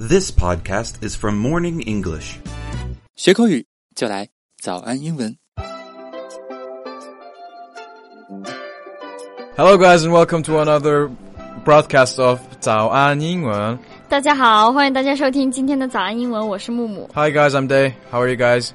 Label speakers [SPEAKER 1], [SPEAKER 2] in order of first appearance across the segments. [SPEAKER 1] This podcast is from Morning English.
[SPEAKER 2] 学口语就来早安英文。
[SPEAKER 3] Hello, guys, and welcome to another broadcast of 早安英文.
[SPEAKER 4] 大家好，欢迎大家收听今天的早安英文，我是木木。
[SPEAKER 3] Hi, guys, I'm Day. How are you guys?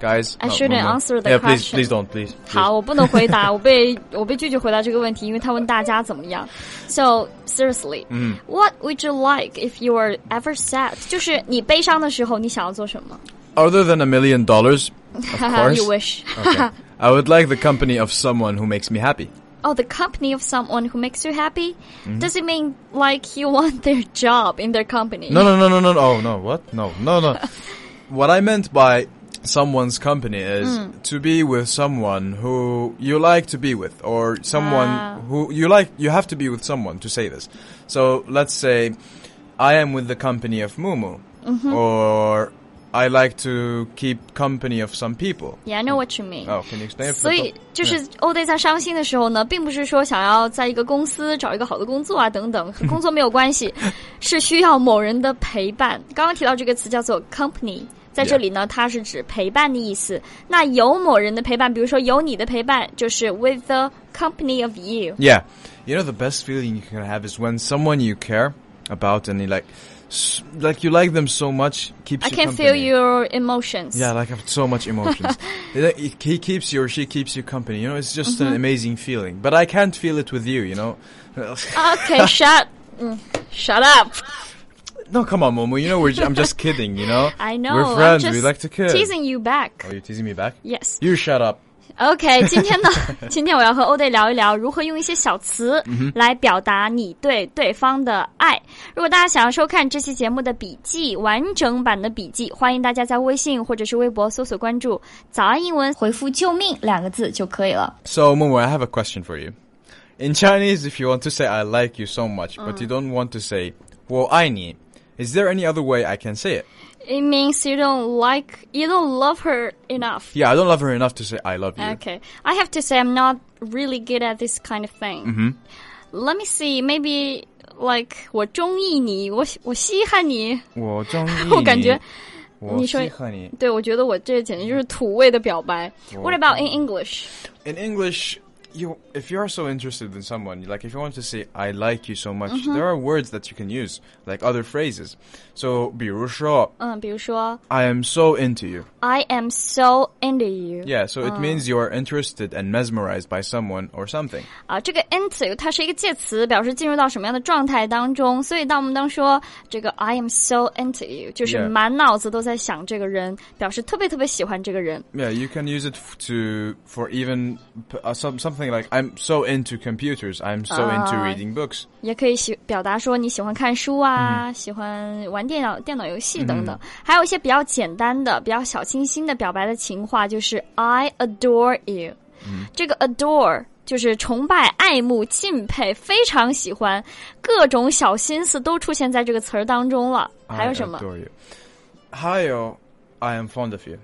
[SPEAKER 3] Guys,
[SPEAKER 4] I
[SPEAKER 3] no, no,
[SPEAKER 4] shouldn't
[SPEAKER 3] no.
[SPEAKER 4] answer the
[SPEAKER 3] yeah, please,
[SPEAKER 4] question.
[SPEAKER 3] please don't, please. please.
[SPEAKER 4] 好，我不能 回答，我被我被拒绝回答这个问题，因为他问大家怎么样。So seriously,
[SPEAKER 3] 嗯
[SPEAKER 4] what would you like if you were ever sad？就是你悲伤的时候，你想要做什么
[SPEAKER 3] Other than a million dollars, of course. Uh
[SPEAKER 4] ？You wish.
[SPEAKER 3] Okay. I would like the company of someone who makes me happy.
[SPEAKER 4] Oh, the company of someone who makes you happy.
[SPEAKER 3] Mm-hmm
[SPEAKER 4] Does it mean like you want their job in their company?
[SPEAKER 3] No, no, no, no, no, no. Oh, no, what? No, no, no. what I meant by someone's company is
[SPEAKER 4] Hmm.
[SPEAKER 3] to be with someone who you like to be with, or someone
[SPEAKER 4] Ah.
[SPEAKER 3] who you like. You have to be with someone to say this. So let's say I am with the company of Mumu,
[SPEAKER 4] Mm-hmm.
[SPEAKER 3] or I like to keep company of some people.
[SPEAKER 4] Yeah, I know what you mean.
[SPEAKER 3] Oh, can you explain?
[SPEAKER 4] 所以就是
[SPEAKER 3] 嗯
[SPEAKER 4] 欧 day 在伤心的时候呢，并不是说想要在一个公司找一个好的工作啊等等， 和工作没有关系，是需要某人的陪伴。刚刚提到这个词叫做 company，在这里呢，它是指陪伴的意思。那有某人的陪伴，比如说有你的陪伴，就是 with the company of you。
[SPEAKER 3] Yeah, you know the best feeling you can have is when someone you care about and you like, s- like you like them so much keeps.
[SPEAKER 4] I
[SPEAKER 3] you
[SPEAKER 4] can
[SPEAKER 3] company.
[SPEAKER 4] feel your emotions.
[SPEAKER 3] Yeah, like I have so much emotions. It- it- he keeps you or she keeps you company. You know, it's just
[SPEAKER 4] Mm-hmm.
[SPEAKER 3] an amazing feeling. But I can't feel it with you. You know.
[SPEAKER 4] Uh, Ah, Okay, shut. 嗯 Shut up!
[SPEAKER 3] no, come on, Momo. You know, we're, j- I'm just kidding. You know.
[SPEAKER 4] I know.
[SPEAKER 3] We're friends.
[SPEAKER 4] I'm just
[SPEAKER 3] We like to kiss. Oh,
[SPEAKER 4] Teasing you back.
[SPEAKER 3] Are you teasing me back?
[SPEAKER 4] Yes.
[SPEAKER 3] You shut up.
[SPEAKER 4] OK，今天呢，今天我要和欧 day 聊一聊如何用一些小词来表达你对对方的爱。如果大家想要收看这期节目的笔记完整版的笔记，欢迎大家在微信或者是微博搜索关注“早安英文”，回复“救命”两个字就可以了。
[SPEAKER 3] So, Momo, I have a question for you. In Chinese, if you want to say "I like you so much," but you don't want to say "wo ai ni," is there any other way I can say it?
[SPEAKER 4] It means you don't like, you don't love her enough.
[SPEAKER 3] Yeah, I don't love her enough to say "I love you."
[SPEAKER 4] Okay. I have to say, I'm not really good at this kind of thing. Let me see. Maybe like 我中意你，我我稀罕你。
[SPEAKER 3] 我中意你，
[SPEAKER 4] 我感觉
[SPEAKER 3] 我喜欢你。
[SPEAKER 4] 对，我觉得我这简直就是土味的表白。What
[SPEAKER 3] 嗯
[SPEAKER 4] about
[SPEAKER 3] 哦
[SPEAKER 4] in English?
[SPEAKER 3] in English, you if you are so interested in someone, like if you want to say "I like you so much," there are words that you can use, like other phrases. So, 比如说
[SPEAKER 4] 嗯，比如说
[SPEAKER 3] "I am so into you."
[SPEAKER 4] I am so into you.
[SPEAKER 3] Yeah, so it means you are interested and mesmerized by someone or something.
[SPEAKER 4] 啊，这个 into 它是一个介词，表示进入到什么样的状态当中。所以当我们当说这个 I am so into you，就是
[SPEAKER 3] Yeah.
[SPEAKER 4] 满脑子都在想这个人，表示特别特别喜欢这个人。
[SPEAKER 3] Yeah, you can use it f- to for even p- uh, some something like "I'm so into computers," "I'm so into
[SPEAKER 4] Ah.
[SPEAKER 3] reading books."
[SPEAKER 4] 也可以喜表达说你喜欢看书啊，
[SPEAKER 3] 嗯
[SPEAKER 4] 喜欢玩电脑电脑游戏等等，还有一些比较简单的、比较小清新的表白的情话，就是 I adore you。这
[SPEAKER 3] 嗯
[SPEAKER 4] 个 adore 就是崇拜、爱慕、敬佩、非常喜欢，各种小心思都出现在这个词儿当中了。还
[SPEAKER 3] I
[SPEAKER 4] 有什么
[SPEAKER 3] adore you. Hayo, I am fond of you.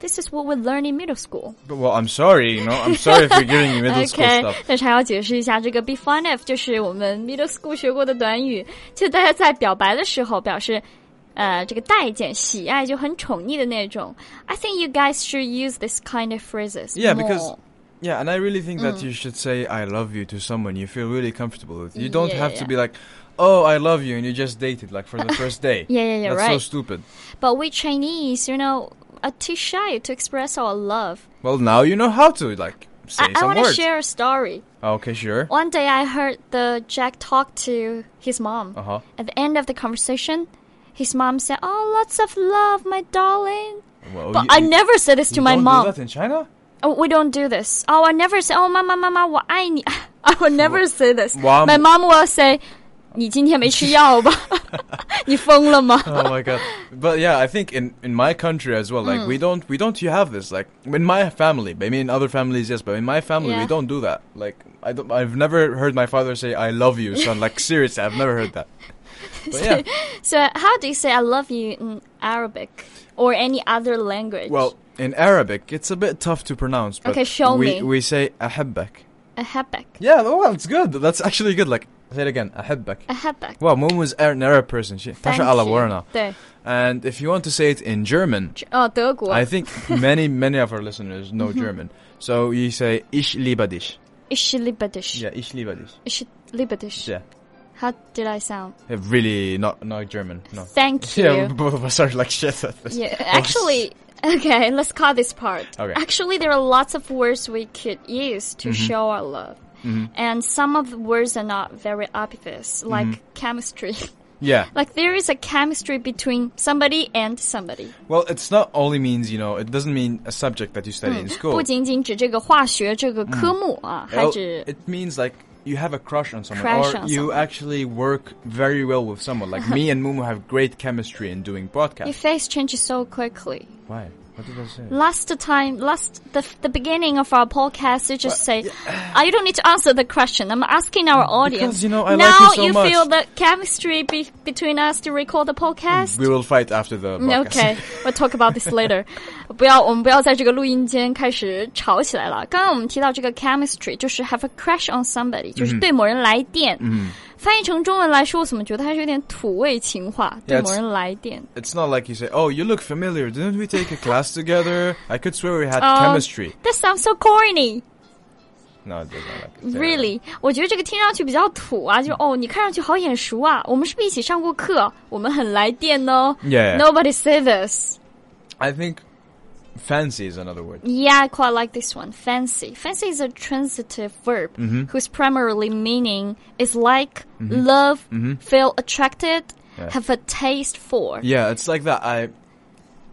[SPEAKER 4] ？This is what we learn in middle school。
[SPEAKER 3] But, well, I'm sorry, you know, I'm sorry if we're giving you middle school
[SPEAKER 4] OK，
[SPEAKER 3] stuff.
[SPEAKER 4] 但是还要解释一下，这个 be fond of 就是我们 middle school 学过的短语，就大家在表白的时候表示，呃，这个待见、喜爱就很宠溺的那种。I think you guys should use this kind of phrases.
[SPEAKER 3] Yeah,
[SPEAKER 4] more. Mm.
[SPEAKER 3] because yeah, and I really think that you should say "I love you" to someone you feel really comfortable with. You don't have to
[SPEAKER 4] Yeah.
[SPEAKER 3] be like, "Oh, I love you," and you just dated like for the first day.
[SPEAKER 4] Yeah, yeah, yeah,
[SPEAKER 3] That's so
[SPEAKER 4] right.
[SPEAKER 3] stupid.
[SPEAKER 4] but we Chinese, you know, are too shy to express our love.
[SPEAKER 3] Well, now you know how to like say
[SPEAKER 4] I, I
[SPEAKER 3] some
[SPEAKER 4] want to
[SPEAKER 3] words. Ah,
[SPEAKER 4] share a story.
[SPEAKER 3] Okay, sure.
[SPEAKER 4] One day I heard the Jack talk to his mom.
[SPEAKER 3] Uh huh.
[SPEAKER 4] At the end of the conversation, his mom said, "Oh, lots of love, my darling."
[SPEAKER 3] Well,
[SPEAKER 4] But
[SPEAKER 3] you-
[SPEAKER 4] I
[SPEAKER 3] you-
[SPEAKER 4] never said this to
[SPEAKER 3] you
[SPEAKER 4] my
[SPEAKER 3] don't do
[SPEAKER 4] mom.
[SPEAKER 3] that in China.
[SPEAKER 4] Oh, we don't do this. Oh, I never say. Oh, mama, mama, 我爱你. I will never say this.
[SPEAKER 3] Wow.
[SPEAKER 4] My mom will say, 你今天没吃药吧? 你疯了吗?
[SPEAKER 3] Oh my god. But yeah, I think in in my country as well, like we
[SPEAKER 4] Mm.
[SPEAKER 3] don't we don't have this. Like in my family, maybe in other families yes, but in my family we
[SPEAKER 4] Yeah.
[SPEAKER 3] don't do that. Like I don't, I've never heard my father say "I love you," son. Like seriously, I've never heard that. But yeah.
[SPEAKER 4] So how do you say I love you in Arabic or any other language?
[SPEAKER 3] Well, in Arabic, it's a bit tough to pronounce. But
[SPEAKER 4] Okay, show
[SPEAKER 3] we,
[SPEAKER 4] me.
[SPEAKER 3] We say ahabbak.
[SPEAKER 4] Arabic.
[SPEAKER 3] Yeah, well, it's good. That's actually good. Like Say it again. أحبك.
[SPEAKER 4] I have back.
[SPEAKER 3] Wow, Momo is an Arab person. She, ما شاء الله ورنا.
[SPEAKER 4] 对，
[SPEAKER 3] And if you want to say it in German,
[SPEAKER 4] 哦，德国
[SPEAKER 3] I think many, many of our listeners know
[SPEAKER 4] Mm-hmm.
[SPEAKER 3] German. So you say Ich liebe dich.
[SPEAKER 4] ，Ich liebe dich.
[SPEAKER 3] Yeah, ich liebe dich.
[SPEAKER 4] Ich liebe dich.
[SPEAKER 3] Yeah.
[SPEAKER 4] How did I sound?
[SPEAKER 3] Yeah, Really not not German. No.
[SPEAKER 4] Thank
[SPEAKER 3] Yeah,
[SPEAKER 4] you.
[SPEAKER 3] both of us are like shit at this.
[SPEAKER 4] Yeah, actually, okay, let's cut this part.
[SPEAKER 3] Okay.
[SPEAKER 4] Actually, there are lots of words we could use to show our love. And some of the words are not very obvious, like chemistry.
[SPEAKER 3] Yeah.
[SPEAKER 4] like there is a chemistry between somebody and somebody.
[SPEAKER 3] Well, it's not only means, you know, it doesn't mean a subject that you study in school.
[SPEAKER 4] 不仅仅指这个化学这个科目啊，还
[SPEAKER 3] Well,
[SPEAKER 4] 指
[SPEAKER 3] it means like you have a crush on someone
[SPEAKER 4] Crush
[SPEAKER 3] or
[SPEAKER 4] on
[SPEAKER 3] you
[SPEAKER 4] someone.
[SPEAKER 3] actually work very well with someone. Like me and Mumu have great chemistry in doing podcasts.
[SPEAKER 4] your face changes so quickly.
[SPEAKER 3] Why? What did I say?
[SPEAKER 4] Last time, last the the beginning of our podcast, you just say, "Ah, "You don't need to answer the question. I'm asking our audience."
[SPEAKER 3] you know, I
[SPEAKER 4] now
[SPEAKER 3] like you so much.
[SPEAKER 4] feel the chemistry be- between us to record the podcast. Mm,
[SPEAKER 3] We will fight after the podcast.
[SPEAKER 4] Okay, we'll talk about this later. 不要，我们不要在这个录音间开始吵起来了。刚刚我们提到这个 chemistry，就是 have a crush on somebody，就是对某人来电。嗯，翻译成中文来说，我怎么觉得还是有点土味情话？对
[SPEAKER 3] Yeah,
[SPEAKER 4] 某人来电。
[SPEAKER 3] It's not like you say, "Oh, you look familiar. Didn't we take a class together?" I could swear we had
[SPEAKER 4] Oh.
[SPEAKER 3] chemistry.
[SPEAKER 4] That sounds so corny.
[SPEAKER 3] No, it doesn't like it.
[SPEAKER 4] Really，我觉得这个听上去比较土啊，就哦，你看上去好眼熟啊，我们是不是一起上过课？我们很来电哦。
[SPEAKER 3] Yeah.
[SPEAKER 4] Nobody say this.
[SPEAKER 3] I think fancy is another word.
[SPEAKER 4] Yeah, I quite like this one. Fancy. Fancy is a transitive verb
[SPEAKER 3] Mm-hmm.
[SPEAKER 4] whose primarily meaning is like love, feel attracted,
[SPEAKER 3] Mm-hmm. Yeah.
[SPEAKER 4] have a taste for.
[SPEAKER 3] Yeah, it's like that. I,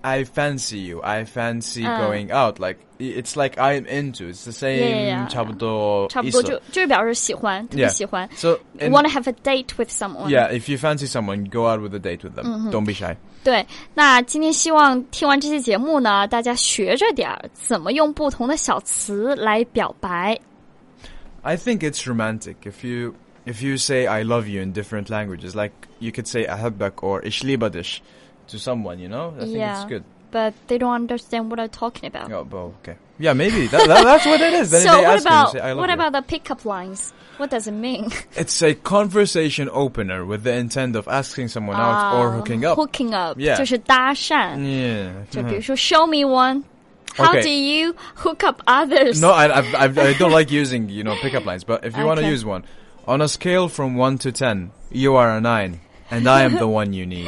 [SPEAKER 3] I fancy you. I fancy going out. Like i- it's like I'm into. It's the same.
[SPEAKER 4] Ah. Yeah, yeah, yeah.
[SPEAKER 3] 差不多
[SPEAKER 4] 差不多
[SPEAKER 3] 意思。
[SPEAKER 4] 就就是表示喜欢，特别
[SPEAKER 3] Yeah.
[SPEAKER 4] 喜欢。
[SPEAKER 3] So in-
[SPEAKER 4] want to have a date with someone.
[SPEAKER 3] Yeah, if you fancy someone, go out with a date with them.
[SPEAKER 4] Mm-hmm.
[SPEAKER 3] Don't be shy.
[SPEAKER 4] 对，那今天希望听完这期节目呢，大家学着点儿怎么用不同的小词来表白。
[SPEAKER 3] I think it's romantic if you if you say I love you in different languages, like you could say ahabbak or ishlibadish to someone, you know? I think
[SPEAKER 4] Yeah.
[SPEAKER 3] it's good.
[SPEAKER 4] But they don't understand what I'm talking about.
[SPEAKER 3] Oh, but okay. Yeah, maybe that, that, that's what it is. Then
[SPEAKER 4] so
[SPEAKER 3] they
[SPEAKER 4] what
[SPEAKER 3] ask you,
[SPEAKER 4] about
[SPEAKER 3] you, say, I love
[SPEAKER 4] what
[SPEAKER 3] you.
[SPEAKER 4] about the pickup lines? What does it mean?
[SPEAKER 3] It's a conversation opener with the intent of asking someone
[SPEAKER 4] Ah,
[SPEAKER 3] out or hooking up.
[SPEAKER 4] Um, Hooking up
[SPEAKER 3] Yeah.
[SPEAKER 4] 就是搭讪。
[SPEAKER 3] yeah.
[SPEAKER 4] 就比如说，Show me one. How
[SPEAKER 3] Okay.
[SPEAKER 4] do you hook up others?
[SPEAKER 3] No, I, I, I, I don't like using you know pickup lines, but if you want to
[SPEAKER 4] Okay.
[SPEAKER 3] use one, on a scale from one to ten, you are a nine, and I am the one you need.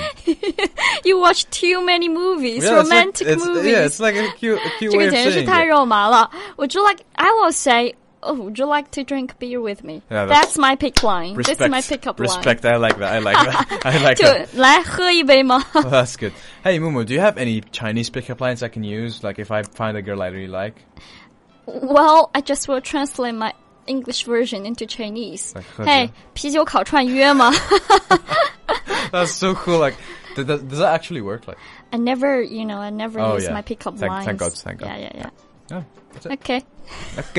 [SPEAKER 4] You watch too many movies,
[SPEAKER 3] Yeah, it's like-
[SPEAKER 4] romantic
[SPEAKER 3] it's-
[SPEAKER 4] movies.
[SPEAKER 3] Yeah, it's like a cute, a cute
[SPEAKER 4] 这
[SPEAKER 3] way
[SPEAKER 4] 个
[SPEAKER 3] of
[SPEAKER 4] 简直是
[SPEAKER 3] saying
[SPEAKER 4] 太
[SPEAKER 3] it.
[SPEAKER 4] 肉麻了。Would you like? I will say, oh, would you like to drink beer with me?
[SPEAKER 3] Yeah,
[SPEAKER 4] that's,
[SPEAKER 3] that's-
[SPEAKER 4] my pick line.
[SPEAKER 3] Respect,
[SPEAKER 4] That's my pickup line.
[SPEAKER 3] respect. I like that. I like that. I like that.
[SPEAKER 4] 就来喝一杯吗？
[SPEAKER 3] Oh, that's good. Hey, Mumu, do you have any Chinese pickup lines I can use? Like if I find a girl I really like,
[SPEAKER 4] Well, I just will translate my English version into Chinese.
[SPEAKER 3] 喝酒
[SPEAKER 4] Hey，啤酒烤串约吗
[SPEAKER 3] that's so cool. Like, th- th- does that actually work? Like,
[SPEAKER 4] ？I never, you know, I never
[SPEAKER 3] Oh,
[SPEAKER 4] use
[SPEAKER 3] yeah.
[SPEAKER 4] my pickup
[SPEAKER 3] Thank-
[SPEAKER 4] lines.
[SPEAKER 3] thank God, thank God.
[SPEAKER 4] Yeah, yeah,
[SPEAKER 3] yeah, that's
[SPEAKER 4] yeah.
[SPEAKER 3] it.
[SPEAKER 4] Okay.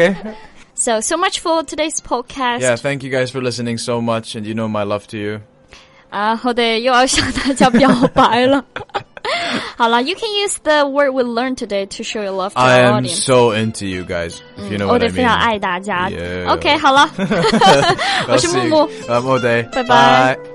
[SPEAKER 3] okay.
[SPEAKER 4] So, so much for today's podcast.
[SPEAKER 3] Yeah, thank you guys for listening so much, and you know my love to you.
[SPEAKER 4] 啊，好的，又要向大家表白了。 好了，You can use the word we learned today to show your love to
[SPEAKER 3] I
[SPEAKER 4] our
[SPEAKER 3] am
[SPEAKER 4] audience. Mm.
[SPEAKER 3] so into you guys. If you know
[SPEAKER 4] 我
[SPEAKER 3] what
[SPEAKER 4] 得
[SPEAKER 3] I
[SPEAKER 4] 非常爱
[SPEAKER 3] mean.
[SPEAKER 4] 大家。
[SPEAKER 3] Yeah.
[SPEAKER 4] OK，好了，我
[SPEAKER 3] I'll
[SPEAKER 4] 是
[SPEAKER 3] see
[SPEAKER 4] 木
[SPEAKER 3] you.
[SPEAKER 4] 木。
[SPEAKER 3] I'm Ode.
[SPEAKER 4] Bye-bye.
[SPEAKER 3] Bye.